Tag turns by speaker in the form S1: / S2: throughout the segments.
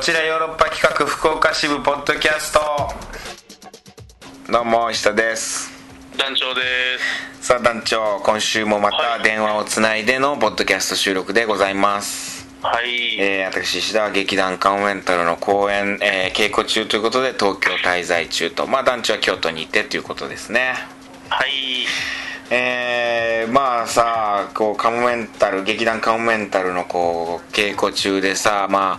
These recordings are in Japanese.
S1: ちらヨーロッパ企画福岡支部ポッドキャストどうも石田です
S2: 団長です
S1: さあ団長今週もま
S2: は
S1: た
S2: い
S1: 電話をつないでのポッドキャスト収録でございます、
S2: はい、
S1: えー私石田は劇団カウンレンタルの公演、えー稽古中ということで東京滞在中とまあ団長は京都にいてということですね
S2: はい
S1: えーまあさこうカモメンタル劇団カモメンタルのこう稽古中でさまあ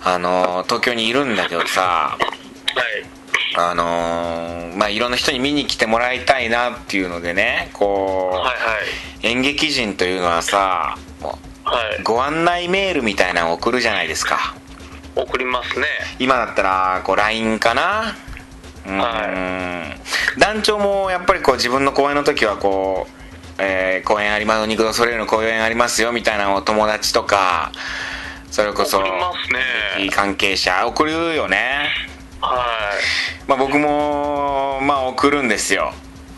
S1: あのー東京にいるんだけどさ
S2: はい
S1: あのーまあいろんな人に見に来てもらいたいなっていうのでねこう、
S2: はい
S1: 演劇人というのはさも
S2: はいは
S1: う
S2: い
S1: ご案内メールみたいなのを送るじゃないですか
S2: 送りますね
S1: 今だったらこう LINE かなうーん、団長もやっぱりこう自分の公演の時はこうえー公演ありますお肉とそれるの公演ありますよみたいなのを友達とかそれこそ
S2: 送ります
S1: いい
S2: ね
S1: 関係者送るよね、
S2: はい
S1: まあ、僕もまあ送るんですよ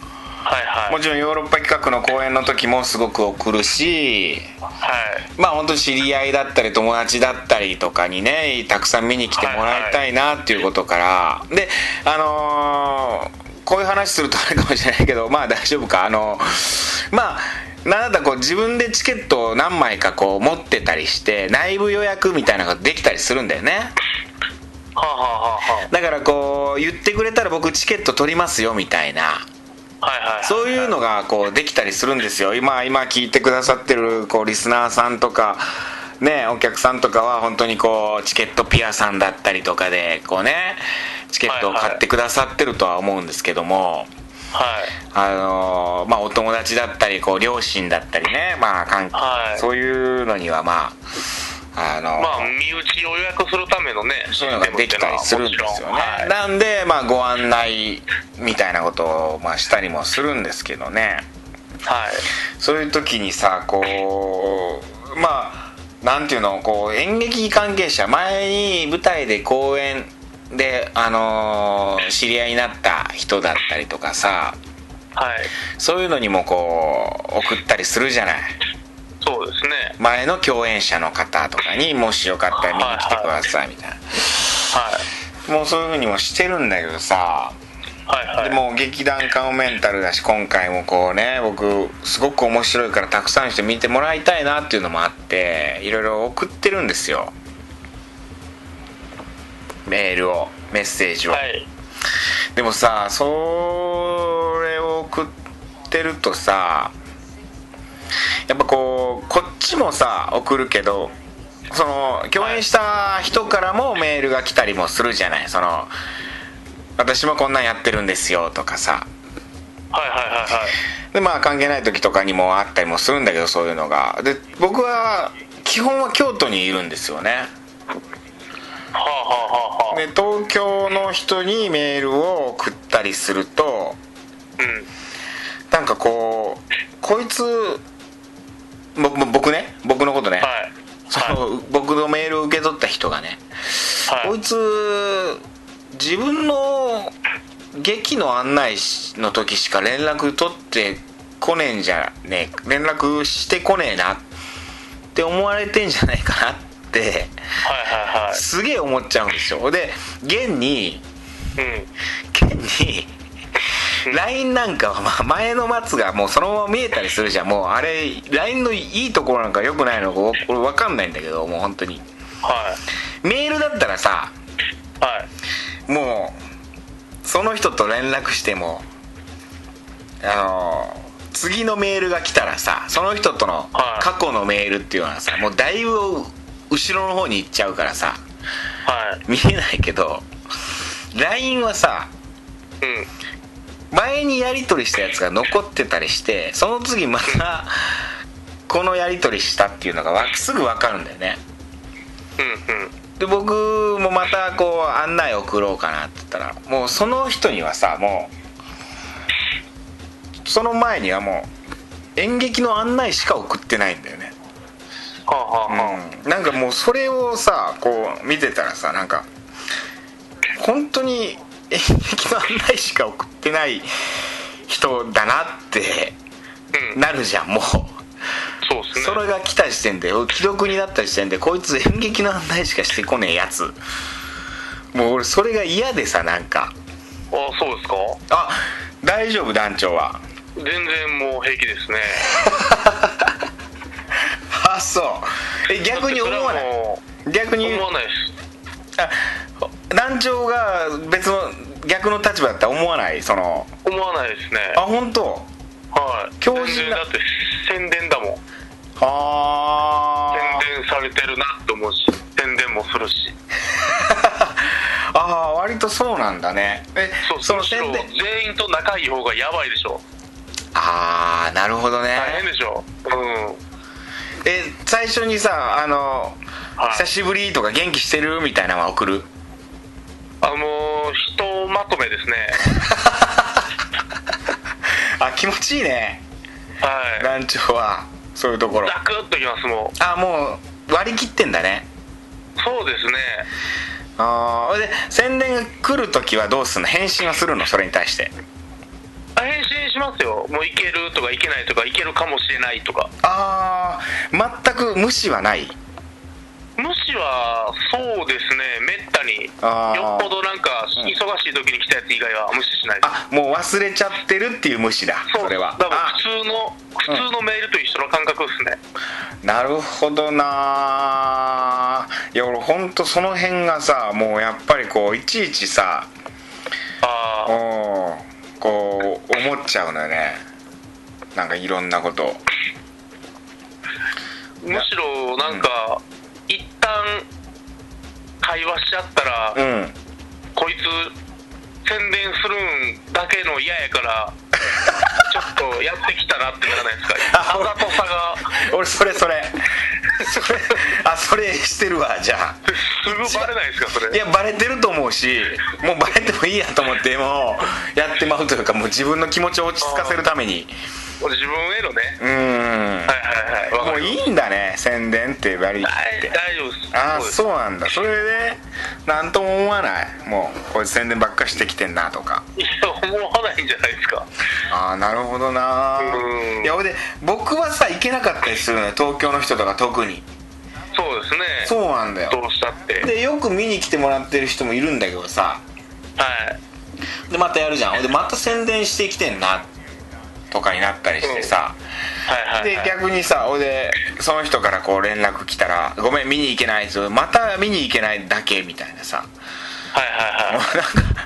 S2: はいは
S1: も
S2: い
S1: ちろんヨーロッパ企画の公演の時もすごく送るし
S2: はい
S1: まあ本当知り合いだったり友達だったりとかにねたくさん見に来てもらいたいなっていうことから、であのーこういう話するとあれかもしれないけどまあ大丈夫かあのまあなんだこう自分でチケットを何枚かこう持ってたりして内部予約みたいなのができたりするんだよね
S2: はあ、はあは
S1: だからこう言ってくれたら僕チケット取りますよみたいな
S2: あはあ、はいはい
S1: そういうのがこうできたりするんですよ今今聞いてくださってるこうリスナーさんとかねお客さんとかは本当にこうチケットピアさんだったりとかでこうねチケットを買ってくださってるとは思うんですけども、
S2: はい
S1: あのーまあお友達だったりこう両親だったりねまあ関係、
S2: はい
S1: そういうのにはまああの
S2: まあ身内を予約するためのね
S1: そういうのができたりするんですよね、
S2: はい
S1: なんでまあご案内みたいなことをまあしたりもするんですけどね
S2: はい
S1: そういう時にさこうまあなんていうのこう演劇関係者前に舞台で公演で、あのー知り合いになった人だったりとかさ
S2: はい
S1: そういうのにもこう送ったりするじゃない
S2: そうですね
S1: 前の共演者の方とかにもしよかったら見に来てくださいみたい
S2: はい
S1: なもうそういうふうにもしてるんだけどさ
S2: はいは
S1: で
S2: い
S1: も劇団カモメンタルだし今回もこうね僕すごく面白いからたくさんの人見てもらいたいなっていうのもあっていろいろ送ってるんですよメールをメッセージを、
S2: はい
S1: でもさそれを送ってるとさやっぱこうこっちもさ送るけどその共演した人からもメールが来たりもするじゃないその私もこんなんやってるんですよとかさ
S2: はいはいはいはい
S1: でまあ関係ない時とかにもあったりもするんだけどそういうのがで僕は基本は京都にいるんですよね
S2: はあはあはあはあ
S1: で東京の人にメールを送ったりすると
S2: うん
S1: なんかこうこいつぼぼ僕ね僕のことね、
S2: はい
S1: その僕のメールを受け取った人がね、
S2: はい
S1: こいつ自分の劇の案内の時しか連絡取ってこねえんじゃねえ連絡してこねえなって思われてんじゃないかなって
S2: はいはいは
S1: すげえ思っちゃうんですよで現に
S2: いうん
S1: 現に LINE なんかはまあ前の松がもうそのまま見えたりするじゃんもうあれ LINE のいいところなんか良くないのかお俺分かんないんだけどもう本当に
S2: は
S1: メールだったらさ
S2: いはい
S1: もうその人と連絡してもあの次のメールが来たらさその人との
S2: はい
S1: 過去のメールっていうのはさもうだいぶ後ろの方に行っちゃうからさ
S2: はい
S1: 見えないけど LINE はさ
S2: うん
S1: 前にやり取りしたやつが残ってたりしてその次またこのやり取りしたっていうのがわすぐ分かるんだよね
S2: うんうん
S1: で僕もまたこう案内送ろうかなって言ったらもうその人にはさもうその前にはもう演劇の案内しか送ってないんだよね、
S2: はあはあはあ
S1: うん、なんかもうそれをさこう見てたらさなんか本当に 演劇の案内しか送ってない人だなって
S2: うん
S1: なるじゃんもう
S2: そうですね
S1: それが来た時点で記録になった時点でこいつ演劇の案内しかしてこねえやつもう俺それが嫌でさなんか
S2: あそうですか
S1: あ大丈夫団長は
S2: 全然もう平気ですね
S1: あそうえ逆に思わない
S2: い
S1: 逆に
S2: 思わないで
S1: あ団長が別の逆の立場だったら思わないその
S2: す思わないですね
S1: あ本当
S2: はい
S1: 強靭な
S2: 全然だって宣伝だもん
S1: あー
S2: 宣伝されてるなって思うし宣伝もするし
S1: あー割とそうなんだねえ
S2: そう
S1: その
S2: むしろ
S1: 宣伝
S2: 全員と仲いい方がやばいでしょ
S1: ああなるほどね、
S2: 大変でしょうん
S1: え最初にさあの、
S2: はい
S1: 久しぶりとか元気してるみたいなのは送る
S2: あのー、ひとまとめですね
S1: あ気持ちいいね
S2: はい
S1: 団長はそういうところ
S2: ザクッときますも
S1: あもう割り切ってんだね
S2: うそうですね
S1: ああで宣伝が来るときはどうすんの返信はするのそれに対して
S2: あ返信しますよもういけるとかいけないとかいけるかもしれないとか
S1: ああ全く無視はない
S2: 無視はそうですねめったに
S1: あー
S2: よっぽどなんか
S1: うん
S2: 忙しい時に来たやつ以外は無視しないです
S1: あもう忘れちゃってるっていう無視だ
S2: そう
S1: それは
S2: だから
S1: あ
S2: 普通の普通のメールと一緒の感覚ですね、
S1: なるほどないや俺ほんとその辺がさもうやっぱりこういちいちさ
S2: ああ
S1: うんこう思っちゃうのよねなんかいろんなことを
S2: むしろなんか、一旦会話しちゃったら、
S1: うん
S2: こいつ宣伝するんだけの嫌やから ちょっとやってきたなってならないですか
S1: あ
S2: あざとさが
S1: 俺それそれ それあそれしてるわじゃあ
S2: すぐバレないですかそれ
S1: いやバレてると思うしもうバレてもいいやと思ってもうやってまうというかもう自分の気持ちを落ち着かせるために
S2: 俺自分へのね
S1: うーん
S2: はいはいはいわか
S1: もう
S2: る
S1: いいんだね宣伝ってバリっ
S2: 大
S1: て
S2: 大丈夫です
S1: ああ
S2: です
S1: そうなんだそれで何とも思わないもうこいつ宣伝ばっかしてきてんなとか
S2: いや思わないんじゃないですか
S1: ああなるほどな
S2: うん
S1: いやほいで僕はさ行けなかったりするのよ東京の人とか特に
S2: そうですね
S1: そうなんだよ
S2: どうしたって
S1: でよく見に来てもらってる人もいるんだけどさ
S2: はい
S1: でまたやるじゃんほいでまた宣伝してきてんなとかになったりしてさ、
S2: はいはい
S1: で
S2: はい
S1: 逆にさほいでその人からこう連絡来たら「ごめん見に行けない」ですまた見に行けないだけみたいなさ
S2: はいはい
S1: も
S2: はいう
S1: なんか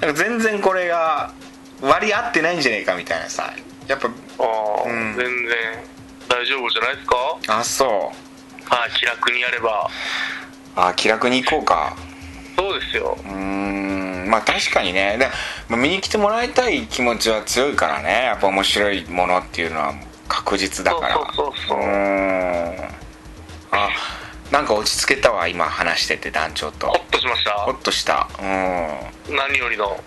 S1: なんか全然これが割り合ってないんじゃねえかみたいなさやっぱ
S2: あ
S1: う
S2: ー
S1: ん
S2: 全然大丈夫じゃないですか
S1: あそう
S2: はい気楽にやれば
S1: あ気楽に行こうか
S2: そうですよ
S1: うーんまあ確かにねでまあ見に来てもらいたい気持ちは強いからねやっぱ面白いものっていうのは確実だから
S2: そうそうそうそう
S1: ーんあなんか落ち着けたわ今話してて団長と
S2: ホッとしました
S1: ほっとしたうん
S2: 何よりの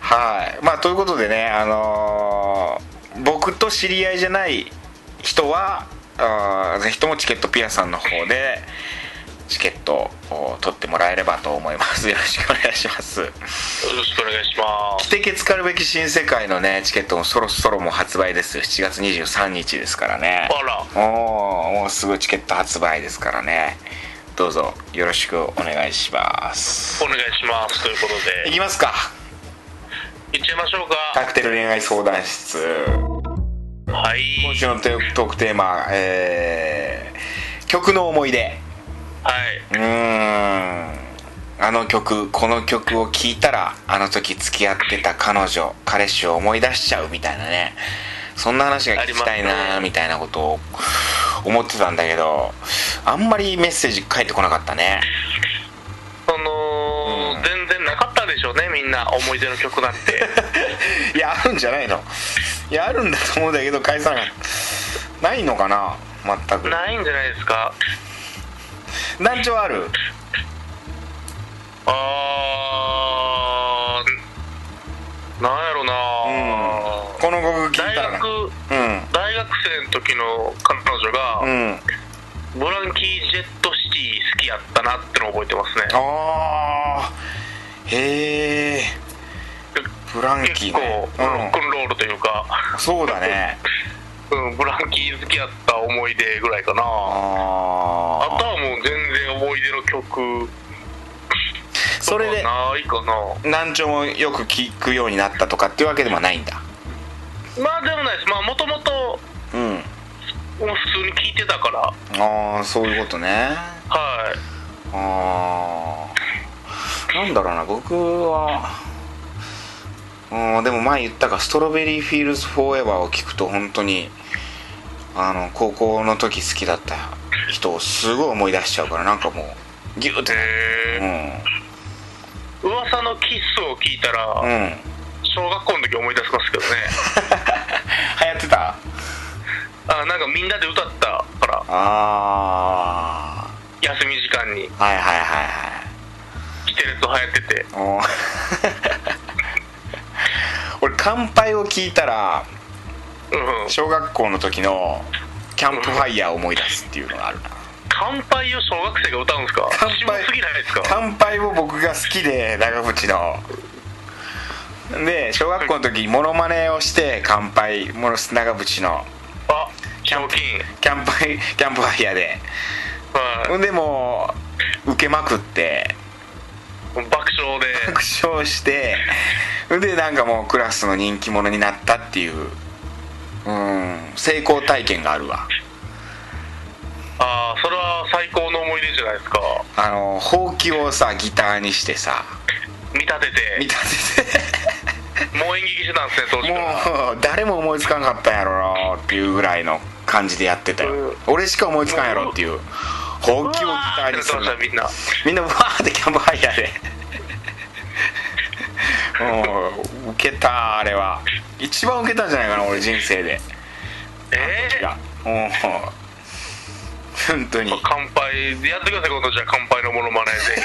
S1: はいまあということでねあのー僕と知り合いじゃない人はあーぜひともチケットピアさんの方でチケットを取ってもらえればと思いますよろしくお願いします
S2: よろしくお願いしま
S1: 来
S2: す。
S1: てけつかるべき新世界のねチケットもそろそろもう発売ですよ7月23日ですからね
S2: あら、
S1: おおもうすぐチケット発売ですからねどうぞよろしくお願いします
S2: お願いします。ということ
S1: い
S2: で、
S1: きますか
S2: いっちゃいましょうか。
S1: カクテル恋愛相談室
S2: はい。
S1: 今週のトークテーマえー、曲の思い出
S2: は
S1: う
S2: い。
S1: ーんあの曲この曲を聴いたらあの時付き合ってた彼女彼氏を思い出しちゃうみたいなねそんな話が聞きたい
S2: あります
S1: な
S2: ね
S1: みたいなことを思ってたんだけどあんまりメッセージ返ってこなかったね
S2: その、
S1: うん
S2: 全然なかったでしょうね、みんな。思い出の曲 なんて。
S1: いやあるんじゃないのいやあるんだと思うんだけど返さなかったないのかな全く
S2: ないんじゃないですか。
S1: 団長ある
S2: あー、なんやろな、
S1: この曲聴いた
S2: 大
S1: らな
S2: 学、
S1: うん
S2: 大学生の時の彼女が、
S1: うん
S2: ボランキージェットシティ好きやったなってのを覚えてますね。
S1: ああへえブランキ
S2: 結
S1: ー
S2: 構、
S1: ね
S2: ロックンロールというか、
S1: うん、そうだね
S2: うん、ブランキー好きやった思い出ぐらいかなあ
S1: あ
S2: とはもう全然思い出の曲
S1: ーそれで
S2: とかないかな
S1: 難聴もよく聞くようになったとかっていうわけでもないんだ
S2: まあでもないですまあもともとも
S1: うん
S2: う普通に聴いてたから
S1: ああそういうことね
S2: はい
S1: ああなんだろうな僕はうんでも前言ったか「ストロベリー・フィールズ・フォーエバー」を聞くと本当にあの高校の時好きだった人をすごい思い出しちゃうからなんかもうギューってね
S2: へえ噂のキッスを聞いたら、
S1: うん、 うん、流行
S2: 小学校の時思い出しますけどね
S1: ってた
S2: あなんかみんなで歌ったから
S1: あ
S2: 休み時間に
S1: あはいはいはい
S2: 来てるやつ流行ってて
S1: はいおー 俺「乾杯」を聞いたら
S2: うん
S1: 小学校の時のキャンプファイヤーを思い出すっていうのがあるな
S2: 乾杯を小学生が歌うんですか
S1: 乾杯
S2: 渋すぎないですか
S1: 乾杯を僕が好きで長渕ので小学校の時モノマネをして乾杯もの長渕の
S2: あ賞金
S1: キャンプファイキャンプファイヤーで
S2: は
S1: でもう受けまくって
S2: い爆 笑で
S1: 苦笑してでなんかもうクラスの人気者になったっていううん成功体験があるわ
S2: ああそれは最高の思い出じゃないですか
S1: あのほうきをさギターにしてさ
S2: 見立て
S1: 見立てて
S2: てもう演劇してたんですね当時から
S1: もう誰も思いつかんかったんやろなっていうぐらいの感じでやってたよ、
S2: うん
S1: 俺しか思いつかんやろっていうほうきをギターにする
S2: うわーってなってまし
S1: みんなわーってキャンプファイヤー でもうウケたあれは一番ウケたんじゃないかな俺人生で
S2: たみんなえ
S1: い
S2: え
S1: やもう本当に
S2: 乾杯やってください今度じゃあ乾杯のものまねぜ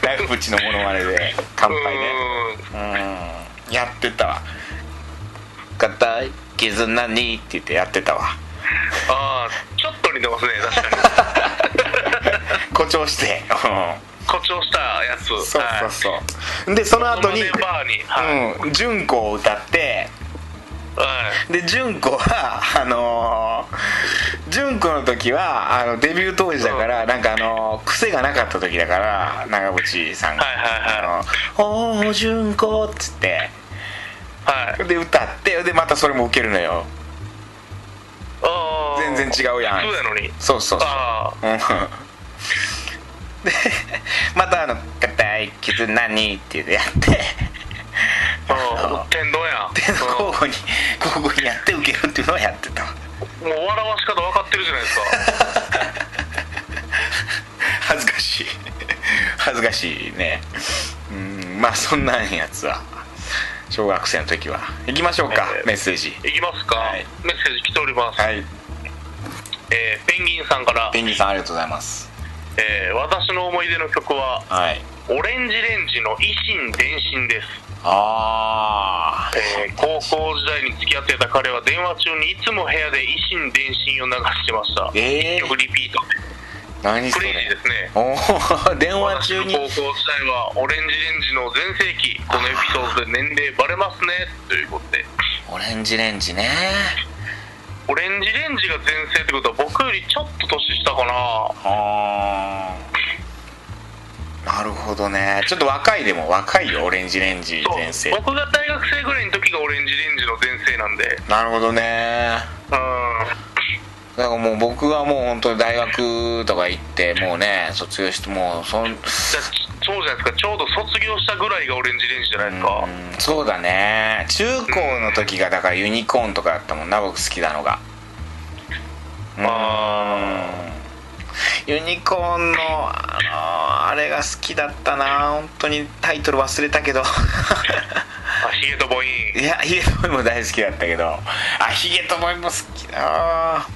S2: ひ
S1: ライフチのモノマネで乾杯ね
S2: うーん
S1: うんやってたわ「硬い絆に」って言ってやってたわ
S2: ああちょっと似てますね確かに
S1: 誇張して
S2: 誇張したやつ
S1: うんそうそうそうでその後に
S2: モノマネバーにはい、
S1: うん純子を歌って
S2: はい
S1: で純子はあのー純子の時はあのデビュー当時だからなんかあのー癖がなかった時だから長渕さんが
S2: はいはいは
S1: 「
S2: い
S1: あのおお純子」っつって
S2: はい
S1: で歌ってでまたそれも受けるのよ
S2: あ
S1: 全
S2: ー
S1: 然違うやん
S2: 普通やのに
S1: そうそうそう
S2: あ
S1: うんでまたあの「硬い絆に」って言ってやって
S2: ーあー天丼やん
S1: で交互に交互にやって受けるっていうのをやってた
S2: うんもう笑わし方分かってるじゃないですか
S1: 恥ずかしい恥ずかしいねうんまあそんなんやつは小学生の時は行きましょうか、
S2: えー
S1: メッセージ
S2: いきますか、
S1: はい
S2: メッセージ来ております、
S1: はい
S2: えーペンギンさんから、
S1: ペンギンさんありがとうございます
S2: えー私の思い出の曲は
S1: はい
S2: オレンジレンジの維新伝心です、
S1: ああ
S2: えー高校時代に付き合ってた彼は電話中にいつも部屋で維新伝心を流してました、
S1: え
S2: 曲
S1: ー、
S2: リピート
S1: 何そ
S2: クレイジーで
S1: れ
S2: すね
S1: おお電話
S2: 私
S1: 中
S2: の
S1: に
S2: 高校時代はオレンジレンジの全盛期このエピソードで年齢バレますねということで
S1: オレンジレンジね
S2: オレンジレンジが全盛ってことは僕よりちょっと年下かな
S1: ああなるほどねちょっと若いでも若いよオレンジレンジ
S2: そう
S1: 全盛
S2: 僕が大学生ぐらいの時がオレンジレンジの全盛なんで
S1: なるほどね
S2: うん
S1: だからもう僕はもう本当に大学とか行ってもうね卒業してもうそん
S2: じゃあちそうじゃないですかちょうど卒業したぐらいがオレンジレンジじゃないですか
S1: うんそうだね中高の時がだからユニコーンとかだったもんな僕好きなのがうんユニコーンの、あのーあれが好きだったな本当にタイトル忘れたけど
S2: あヒゲとボイン
S1: いやヒゲとボイも大好きだったけどあヒゲとボイも好きだあ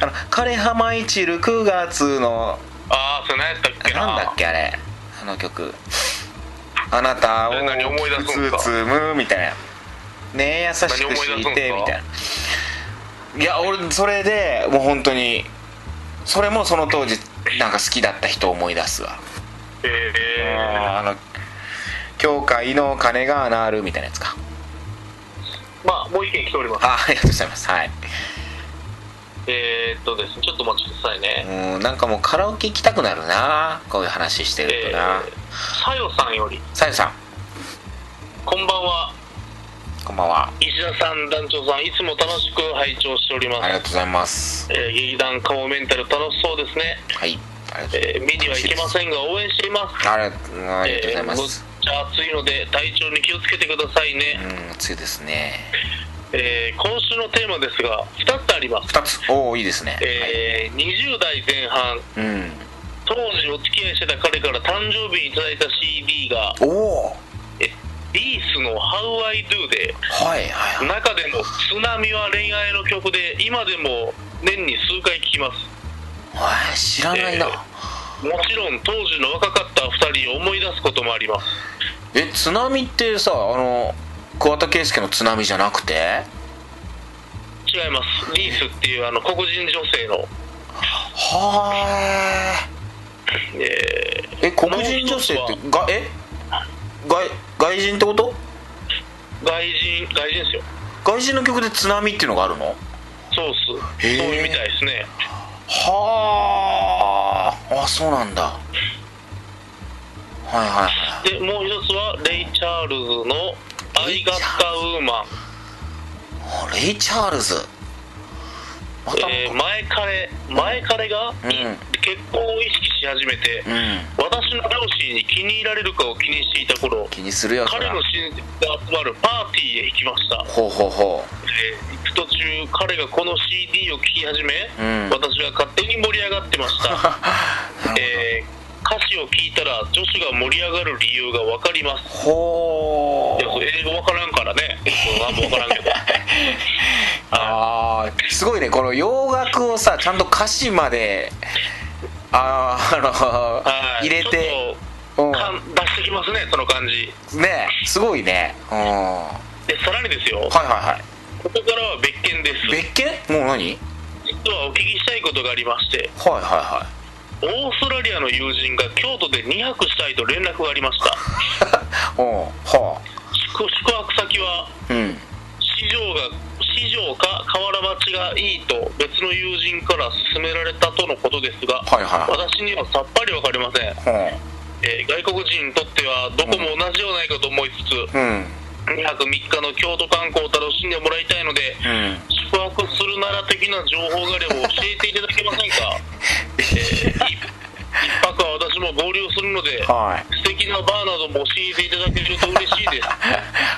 S1: の枯葉舞い散る9月の
S2: ああそれ何やったっけな
S1: なんだっけあれあの曲あなたを
S2: え何思い出すんす
S1: つ
S2: か
S1: つむみたいなねえ優しくしていて
S2: 何
S1: み
S2: 思い
S1: た
S2: 出
S1: いないや俺それでもう本当にそれもその当時なんか好きだった人を思い出すわ
S2: え
S1: あの「教会の鐘が鳴る」みたいなやつか
S2: ー、まあもう一件来ております
S1: あありがとうございますはい
S2: えー、っとですねちょっとお待ちくださいね
S1: うんなんかもうカラオケ行きたくなるなこういう話してる
S2: え
S1: とな
S2: ー、さよさんより
S1: さゆさん
S2: こんばんは
S1: こんばんは
S2: 石田さん団長さんいつも楽しく拝聴しております
S1: ありがとうございます
S2: えー、劇団カモメンタル楽しそうですね、
S1: はいありがとう
S2: えー見には行けませんが応援しています
S1: ありがとうありがとうございま
S2: えーむっ
S1: す、
S2: ちゃ暑いので体調に気をつけてくださいね、
S1: うん次ですね
S2: えー今週のテーマですが2つあります、
S1: 2つおおいいですね、
S2: えー20代前半
S1: はい、うん
S2: 当時お付き合いしてた彼から誕生日にいただいた CD が
S1: おお
S2: えリースの「How I Do」で
S1: はいはいはい
S2: 中でも「津波は恋愛」の曲で今でも年に数回聴きます
S1: おい知らないな
S2: もちろん当時の若かった2人を思い出すこともあります
S1: え津波ってさあの桑田佳祐の津波じゃなくて
S2: 違いますリースっていうあの黒人女性の、
S1: は
S2: えー
S1: ーえ黒人女性ってがえ外外人ってこと
S2: 外人外人ですよ
S1: 外人の曲で津波っていうのがあるの
S2: そうっすそう
S1: へー
S2: いうみたいですね
S1: はああそうなんだはいはいはい
S2: でもう一つはレイ・チャールズの「ア
S1: レイ
S2: イ・
S1: チャール
S2: ガッ
S1: ズ
S2: タ・ウーマン
S1: あレイ・チャールズま」た、
S2: えー前彼前彼が、結婚を意識し始めて、
S1: うんうん
S2: 私の両親に気に入られるかを気にしていた頃
S1: 気にするよそ
S2: 彼
S1: ら
S2: の親戚が集まるパーティーへ行きました、
S1: ほうほうほ
S2: えー行く途中彼がこの CD を聴き始め、
S1: うん
S2: 私が勝手に盛り上がって ました
S1: うなる
S2: えー歌詞を聞いたら女子が盛り上がる理由が分かります
S1: ほ
S2: い
S1: ど
S2: や
S1: ほ
S2: そうれ英語分からんからね何も分からんけ ど
S1: あーすごいねこの洋楽をさちゃんと歌詞まであーあ
S2: は
S1: の入
S2: い
S1: れ
S2: ち
S1: て
S2: ょっ
S1: う
S2: とかん出してきますねその感じ
S1: んねすごいねうんは
S2: でさらにですよ
S1: いはいはい
S2: ここからは別件です
S1: 別件もう何
S2: 実はお聞きしたいことがありまして
S1: はいはいは
S2: オーストラリアの友人が京都で2泊したいと連絡がありました
S1: い うんは
S2: 宿宿泊先は
S1: あうん
S2: 市場が市場か河原町がいいと別の友人から勧められたとのことですが、
S1: はいはい
S2: 私にはさっぱり分かりません、
S1: は
S2: えー外国人にとってはどこも同じではないかと思いつつ、
S1: あうん
S2: 2泊3日の京都観光を楽しんでもらいたいので、
S1: うん
S2: 宿泊するなら的な情報があれば教えていただけませ んか、えー、い一泊は私も合流するので
S1: はい
S2: 素敵なバーなども教えていただけると嬉しいです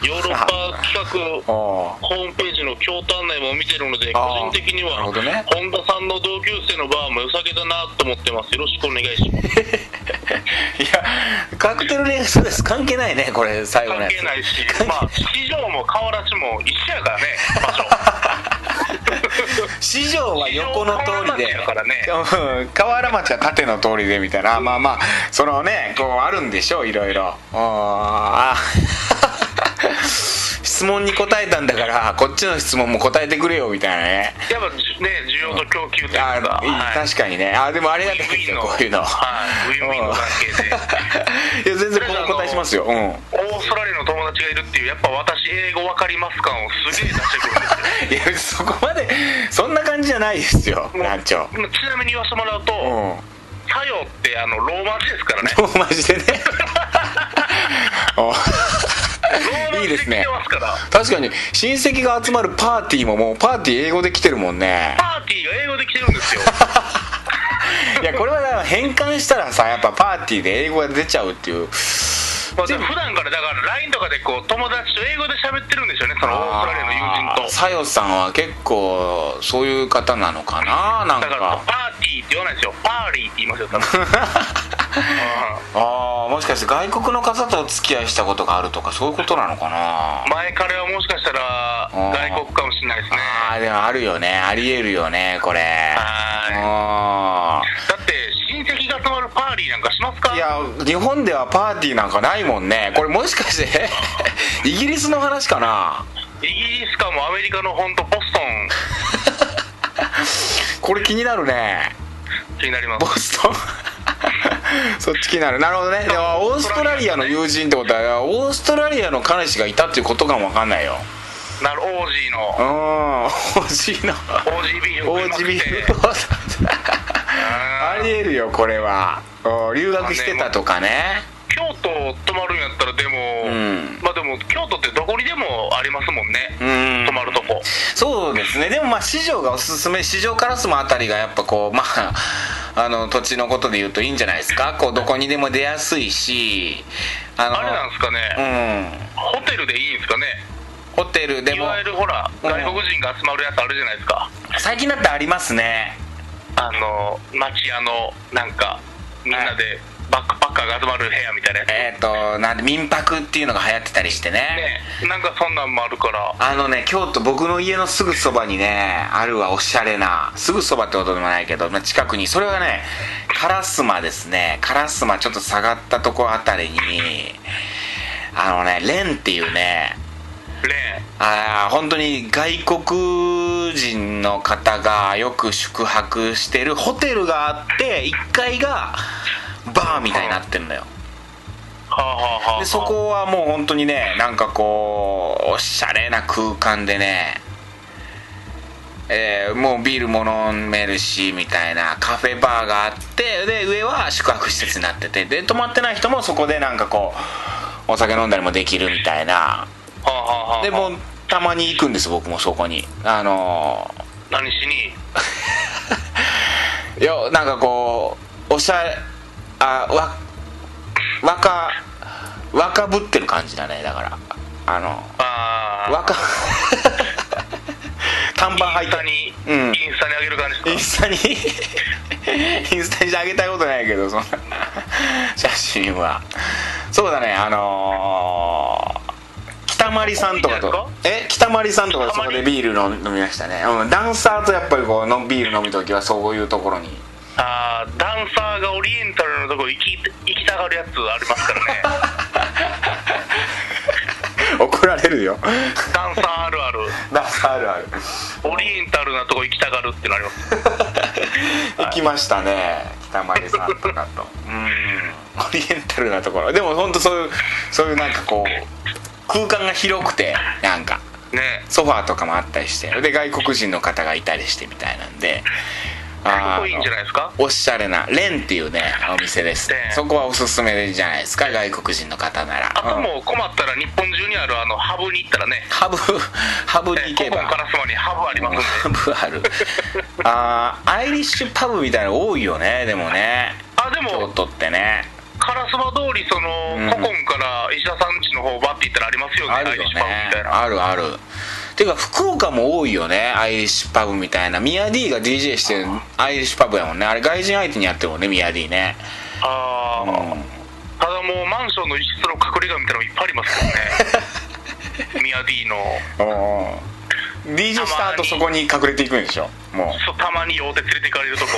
S2: ヨーロッパ企
S1: あ
S2: 画ホームページの京都案内も見てるので
S1: あー
S2: 個人的に
S1: なる
S2: は
S1: ほどね
S2: 本田さんの同級生のバーも良さげだなと思ってますよろしくお願いします
S1: あいやカクテルレースです関係ないねこれ最後の
S2: 関
S1: や
S2: 係
S1: つ
S2: ないしまあ市場も河原市も一緒やからね場 所
S1: 市場は横の通りで
S2: 市場河原町やからね
S1: うん河原町は縦の通りでみたいなまあまあそのねこうあるんでしょういろいろうんあ 質問に答えたんだからこっちの質問も答えてくれよみたいなね
S2: やっぱじね需要と供給というか、
S1: あいい
S2: はい
S1: 確かにねあでもありがたいですよこういうの
S2: はい、ウィンウィンの関係で
S1: いや全然こう答えしますようん
S2: オーストラリアの友達がいるっていうやっぱ私英語わかります感をすげえ出してくるんですよ
S1: いやそこまでそんな感じじゃ ないですよ団長
S2: もうちなみに言わせてもらうと
S1: うん
S2: 「さよ」ってあのローマ字ですからね
S1: もう マジでね お
S2: ローマ
S1: いい
S2: 字
S1: で
S2: です来
S1: ね
S2: てますから
S1: 確かに親戚が集まるパーティーももうパーティー英語で来てるもん ね
S2: パーティーが英語で来てるんですよ
S1: いやこれはだから変換したらさやっぱパーティーで英語が出ちゃうっていう
S2: まあでも普段からだから LINE とかでこう友達と英語で喋ってるんでしょうねそのオーストラリアの友人と
S1: さよさんは結構そういう方なのかななん
S2: だから
S1: か
S2: パーティーって言わないですよパーリーって言いますよ多分うん
S1: ああもしかして外国の方とお付き合いしたことがあるとかそういうことなのかな
S2: 前彼はもしかしたら外国かもしれないですね
S1: ああでもあるよねありえるよねこれあ
S2: はいだって親戚が集まるパーリーなんかしますか
S1: いや日本ではパーティーなんかないもんねこれもしかして イギリスの話かな
S2: イギリスかもアメリカの本当ボストン
S1: これ気になるね
S2: 気になりま
S1: ボ
S2: す
S1: ストン そっち気になるなるほどねでもオーストラリアの友人ってことはオーストラリアの彼氏がいたっていうことかもわかんないよ
S2: なる OG の
S1: うん OG の
S2: OGB を食いまく
S1: OGB
S2: っ て
S1: ありえるよこれはうん留学してたとかね
S2: 京都泊まるんやったらでも、
S1: うん
S2: まあでも京都ってどこにでもありますもんね、
S1: うん
S2: 泊まるとこ
S1: そうですねでもまあ市場がおすすめ市場からすむあたりがやっぱこうま ああの土地のことで言うといいんじゃないですかこうどこにでも出やすいしあの
S2: あれなんですかね、
S1: う
S2: ホテルでいいんですかね
S1: んホテルで
S2: い
S1: も
S2: わゆるほら、
S1: うん
S2: 外国人が集まるやつあるじゃないですか
S1: 最近だってありますね
S2: あの町屋のなんかみんなでバックパッカーが集まる部屋みたいなやつ
S1: えっ、となんで民泊っていうのが流行ってたりしてね
S2: ねなんかそんなんもあるから
S1: あのね京都僕の家のすぐそばにねあるわおしゃれなすぐそばってことでもないけど、まあ、近くにそれはね烏丸ですね烏丸ちょっと下がったとこあたりにあのねレンっていうね
S2: ね
S1: あー本当に外国人の方がよく宿泊してるホテルがあって1階がバーみたいになってるのよ
S2: はあはあはあ
S1: でそこはもう本当にねなんかこうおしゃれな空間でねえーもうビールも飲めるしみたいなカフェバーがあってで上は宿泊施設になっててで泊まってない人もそこでなんかこうお酒飲んだりもできるみたいな
S2: はあはあはあ
S1: でもうたまに行くんです僕もそこにあの
S2: 何しに
S1: ーいやなんかこうおしゃれあわ若若ぶってる感じだねだからあの
S2: ああ
S1: わか短パン履
S2: イン
S1: い
S2: スタ
S1: た
S2: に、
S1: うん
S2: インスタに上げる感じ
S1: イ
S2: で
S1: ン
S2: す
S1: スタにインスタにあげたいことないけどそんな写真はそうだねあのー北まりさんとか
S2: ここと
S1: え北まりさんとかとそ
S2: 北
S1: こ
S2: まり
S1: でビール飲み飲みましたね、うん、ダンサーとやっぱりこうのビール飲む時はそういうところ に
S2: かああダンサーがオリエンタルのとこ行き行きたがるやつありま すからね
S1: 怒られるよ
S2: ダンサーあるある
S1: ダンサーあるある
S2: オリエンタルなとこ行きたがるってなります
S1: 行きましたね北前さんとかとうんオリエンタルなところでも本当そういうそういうなんかこう空間が広くてなんか
S2: ね
S1: ソファーとかもあったりしてで外国人の方がいたりしてみたいなんで
S2: かっこいいんじゃないですか
S1: あのおしゃれなレンっていうねお店です
S2: レン
S1: そこはおすすめじゃないですか外国人の方なら
S2: あと
S1: うん
S2: もう困ったら日本中にあるあのハブに行ったらね
S1: ハブハブに行け
S2: えー古今
S1: ば
S2: からすまにハブありますんで
S1: ハブあるあーアイリッシュパブみたいなの多いよねでもね
S2: あで
S1: 京
S2: も
S1: 都ってね
S2: 烏丸通りその、
S1: うん
S2: 古今から石田さん家の方バッて行ったらありますよね
S1: あるよ
S2: アイリッシュパブみたい
S1: ね
S2: な
S1: あるあるていうか福岡も多いよねアイリッシュパブみたいなミヤディが DJ してるアイリッシュパブやもんねあれ外人相手にやってるもんねミヤディね
S2: あ
S1: う
S2: ー
S1: ん
S2: ただもうマンションの一室の隠れ家みたいなのいっぱいありま すからねミヤディの
S1: おう DJ した後そこに隠れていくんでしょも
S2: そうたまに用で連れて行かれ るとこ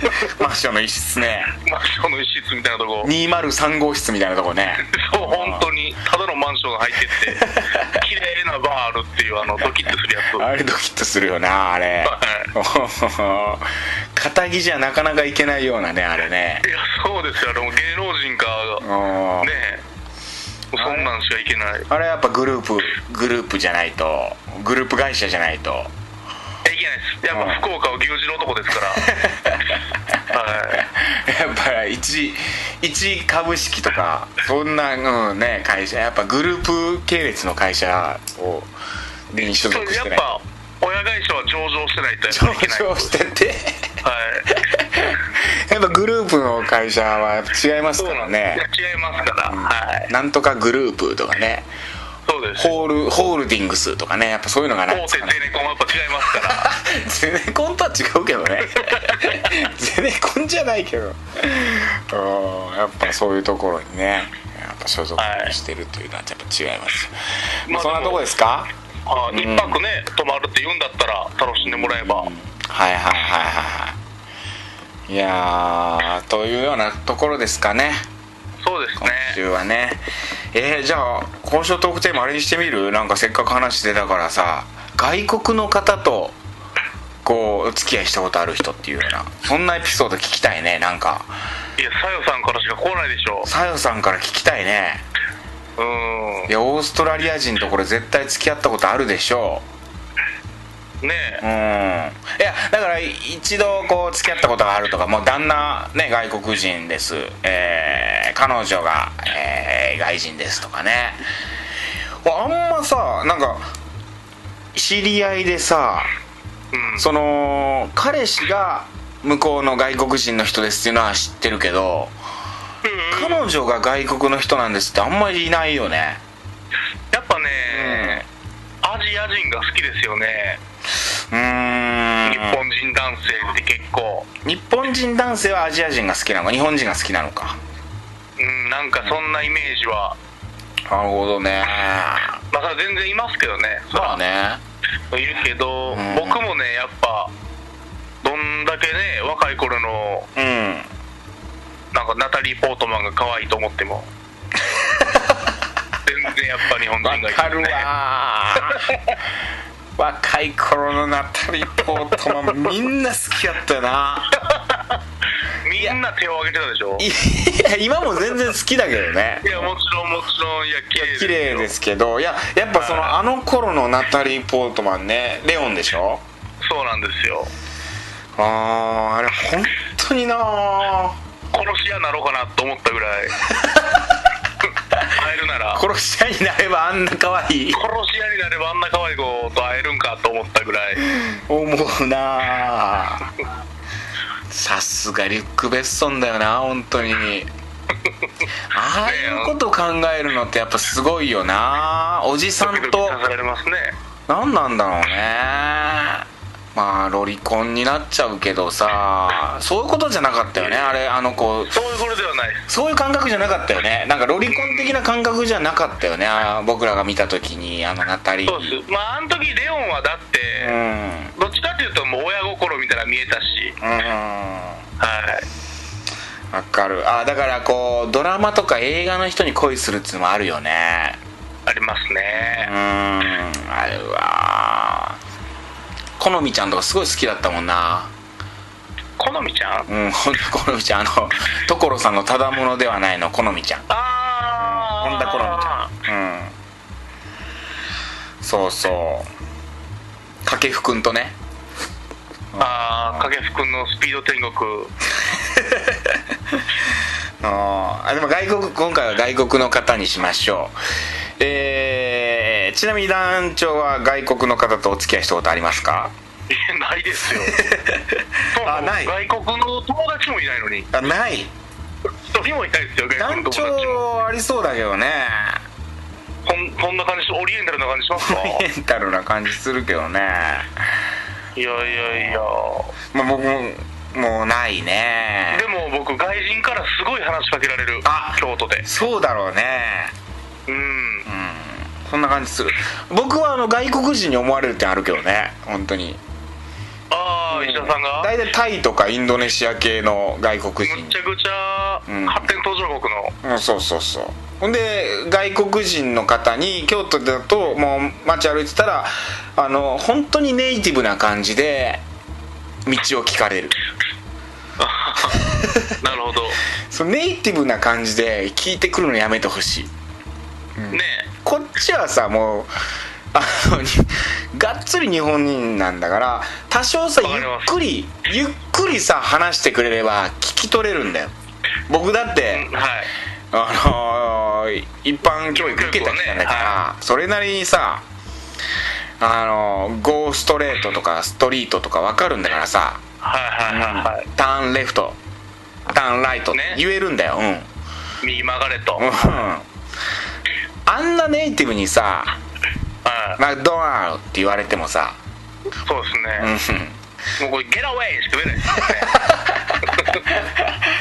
S1: うマンションの一室ね
S2: マンションの一室みたいなとこ
S1: 203号室みたいなとこね
S2: そう本当にただのマンションが入っ てって綺麗なバーあるっていうあのドキッとするやつ
S1: あれドキッとするよなあれ 片着じゃなかなかいけないようなねあれね
S2: いやそうですよあれもう芸能人か
S1: おう
S2: ねえもうそんなんしかいけない
S1: あれやっぱグループグループじゃないとグループ会社じゃないと
S2: いやいけないですやっぱ福岡を牛耳る男ですから はい
S1: やっぱり一一株式とかそんな、うんね、会社やっぱグループ系列の会社をに所
S2: そう
S1: 属し
S2: やって
S1: ない
S2: ぱ親会社は上場してないとやっぱいけない
S1: 上場してて
S2: はい
S1: やっぱグループの会社はやっぱ違います
S2: そう
S1: か
S2: な
S1: ら
S2: んで
S1: ね
S2: すいや違いますから、はい
S1: なんとかグループとかね
S2: そうです
S1: ホールホールディングスとかねやっぱそういうのがない
S2: 大手ゼネコンはやっぱ違いますから
S1: ゼネコンとは違うけど ねゼネコンじゃないけどうんやっぱそういうところにねやっぱ所属してるというのはやっぱ違います、
S2: まあ
S1: そんなとこですか
S2: あ一泊ね泊まるって言うんだったら楽しんでもらえば、
S1: はいはいはいはいはいいやーというようなところですかね
S2: そうです
S1: 今
S2: ね
S1: 週はねえー、じゃあ今週トークテーマあれにしてみるなんかせっかく話してたからさ外国の方とこうお付き合いしたことある人っていうようなそんなエピソード聞きたいねなんか
S2: いやさよさんからしか来ないでしょ
S1: さよさんから聞きたいね
S2: うん
S1: いやオーストラリア人とこれ絶対付き合ったことあるでしょ
S2: ね
S1: ううんいやだから一度こう付き合ったことがあるとかもう旦那ね外国人ですえー彼女が、えー外人ですとかねあんまさなんか知り合いでさ
S2: うん
S1: その彼氏が向こうの外国人の人ですっていうのは知ってるけど
S2: うん
S1: 彼女が外国の人なんですってあんまりいないよね
S2: やっぱね、アジア人が好きですよね、
S1: うーん
S2: 日本人男性って結構、
S1: 日本人男性はアジア人が好きなのか日本人が好きなのか
S2: うん、なんかそんなイメージは、
S1: なるほどね
S2: まあ、それは全然いますけどね、そ
S1: ま
S2: ら
S1: あね
S2: いるけど、
S1: うん
S2: 僕もね、やっぱ、どんだけね、若い頃の、
S1: うん
S2: なんかナタリー・ポートマンが可愛いと思っ ても、全然やっぱ日本人がいい、
S1: わかるわー 若い頃のナタリー・ポートマンみんな好きやったよな
S2: みんな手を挙げてたでしょ。
S1: いや今も全然好きだけどね
S2: いや、もちろん、もちろん、いや、
S1: 綺
S2: 綺麗
S1: 麗ですすけどいややっぱそ
S2: はい
S1: のあの頃のナタリー・ポートマンねレオンでしょ
S2: よ。そうなんですよ。
S1: あああれ本当になー
S2: 殺し屋になろうかなと思ったぐら い会えるなら殺
S1: 殺し屋になればあんな可愛い
S2: し屋になればあんな可愛い子と会えるんかと思ったぐらい
S1: 思うなあさすがリュック・ベッソンだよな本当にああいうこと考えるのってやっぱすごいよなおじさ
S2: ドキ
S1: ん
S2: ドキ
S1: と
S2: させられますね
S1: 何なんだろうねまあロリコンになっちゃうけどさそういうことじゃなかったよねあれあの子
S2: そういうことではないです
S1: そういう感覚じゃなかったよねなんかロリコン的な感覚じゃなかったよねあー僕らが見た時にあのナタリー
S2: そうですまああの時レオンはだって
S1: う、ん
S2: どっちかっていうともう親心みたいなの見えたし
S1: うん
S2: はい
S1: わかるあだからこうドラマとか映画の人に恋するっつうのもあるよね
S2: あります
S1: うー
S2: ね
S1: んあるわ好みちゃんとかすごい好きだったもんな
S2: 好みちゃん
S1: うんほんと好みちゃんあの所さんのただものではないの好みちゃん
S2: ああ
S1: 本田好みちゃんうんそうそう掛布くんとね
S2: ああ掛布君のスピード天国
S1: あーあでも外国今回は外国の方にしましょうえー、ちなみに団長は外国の方とお付き合いしたことありますか
S2: いやないですよ
S1: あない
S2: 外国の友達もいないのに
S1: あない
S2: 一人もいないですよ、外
S1: 団
S2: 国の
S1: 長
S2: 友達も。
S1: ありそうだけどね
S2: こんこんな感じ、オリエンタルな感じしま すか
S1: メンタルな感じするけどね、
S2: いやいやいや。
S1: まあ、僕ももうないね
S2: でも僕、外人からすごい話しかけられる
S1: あ、
S2: 京都で。
S1: そうだろうね
S2: うん。
S1: うんそんな感じする僕はあの外国人に思われるってあるけどね本当に
S2: ああ、石田さんが
S1: 大体タイとかインドネシア系の外国人
S2: むちゃくちゃ
S1: うん
S2: 発展途上国
S1: う
S2: の。
S1: ん、そうそうそうほんで外国人の方に京都だともう街歩いてたらあの本当にネイティブな感じで道を聞かれる
S2: なるほど。
S1: そのネイティブな感じで聞いてくるのやめてほしい
S2: ね
S1: こっちはさもうあの にがっつり日本人なんだから多少さ
S2: わか
S1: ゆっ
S2: ります
S1: くりゆっくりさ話してくれれば聞き取れるんだよ僕だって、
S2: え。うんはい。
S1: あのー一般教育受けた人なんだから、それなりにさあのーゴーストレートとかストリートとか分かるんだからさ、
S2: はいはいはいはい。
S1: ターンレフトターンライトって
S2: ね
S1: 言えるんだよ、
S2: 右曲がれと。
S1: うんうんあんなネイティブにさ「
S2: は
S1: マクドナルド」って言われてもさ
S2: い。そうです
S1: うんう
S2: ね
S1: ん。
S2: もうこれ、ゲラウェイしか言えないです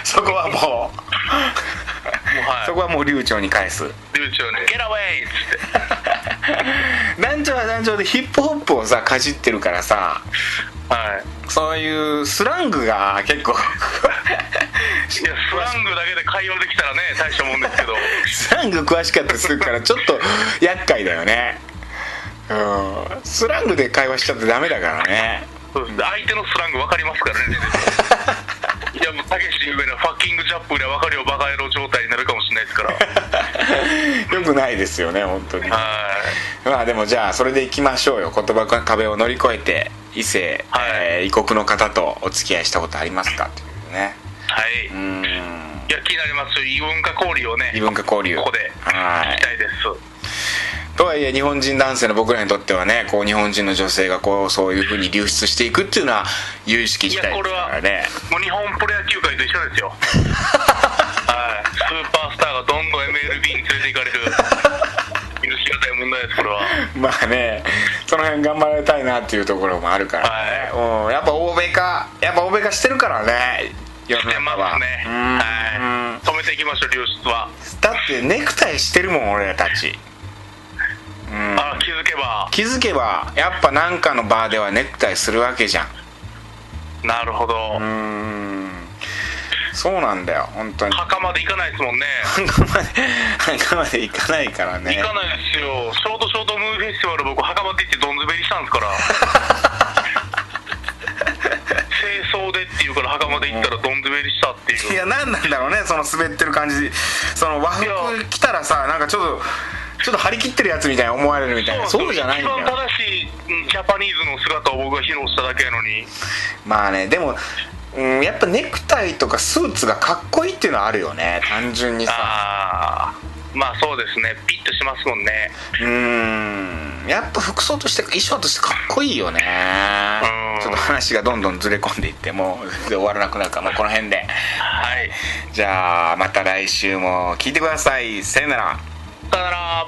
S1: そこはもう
S2: ね。もうはい
S1: そ。こはもう流暢に返す
S2: 流暢に。ゲラウェイっつって。
S1: 団長は団長でヒップホップをさかじってるからさ
S2: はい。
S1: そういうスラングが結構
S2: いやスラングだけで会話できたらね大したもんですけど
S1: スラング詳しかったりするからちょっと厄介だよねうんスラングで会話しちゃってダメだからね
S2: そうです相手のスラング分かりますからねいやもうたけし有名なファッキングジャップぐらい分かるよバカ野郎状態になるかもしれないですから
S1: でもくないですよね本当に
S2: はい
S1: まあでもじゃあそれでいきましょうよ言葉の壁を乗り越えて異性、
S2: はい
S1: えー異国の方とお付き合いしたことありますかっていうね
S2: はい、
S1: うーん
S2: いや気になります異文化交流をね
S1: 異文化交流
S2: ここで
S1: は
S2: 聞
S1: い
S2: きたいです
S1: とはいえ日本人男性の僕らにとってはねこう日本人の女性がこうそういうふうに流出していくっていうのは有意識
S2: い
S1: し
S2: や
S1: たい
S2: こ
S1: で
S2: れ
S1: す
S2: は
S1: からね
S2: もう日本プロ野球界と一緒で すよはいスーパースターがどんどん MLB に連れて行かれる許し難い問題ですこれは
S1: まあねその辺頑張られたいなっていうところもあるからね、うん、やっぱ欧米化やっぱ欧米化してるからね世
S2: してますねはい止めていきましょう流出は、
S1: いだってネクタイしてるもん俺たちうん
S2: あ気づけば
S1: 気づけばやっぱなんかのバーではネクタイするわけじゃん
S2: なるほど、
S1: うんそうなんだよ本当に
S2: 墓まで行かないですもんね
S1: 墓ま で墓まで行かないからね
S2: 行かないですよショートショートムーフェスティバル僕墓場で行ってどんずべりしたん ですから清掃でっていうから墓場で行ったらどんずべりしたっていう
S1: いや何なんだろうねその滑ってる感じその和服
S2: いや
S1: 着たらさなんかちょっとちょっと張り切ってるやつみたいに思われるみたいなそうじゃないんだ
S2: 一
S1: よ
S2: 番正しいうんジャパニーズの姿を僕が披露しただけやのに
S1: まあねでも、うん、やっぱネクタイとかスーツがかっこいいっていうのはあるよね単純にさ
S2: ああまあそうですねピッとしますもんね
S1: うんやっぱ服装として衣装としてかっこいいよね
S2: うん
S1: ちょっと話がどんどんずれ込んでいってもう全然終わらなくなるからもうこの辺で
S2: はい
S1: じゃあまた来週も聞いてくださいさよなら
S2: さよなら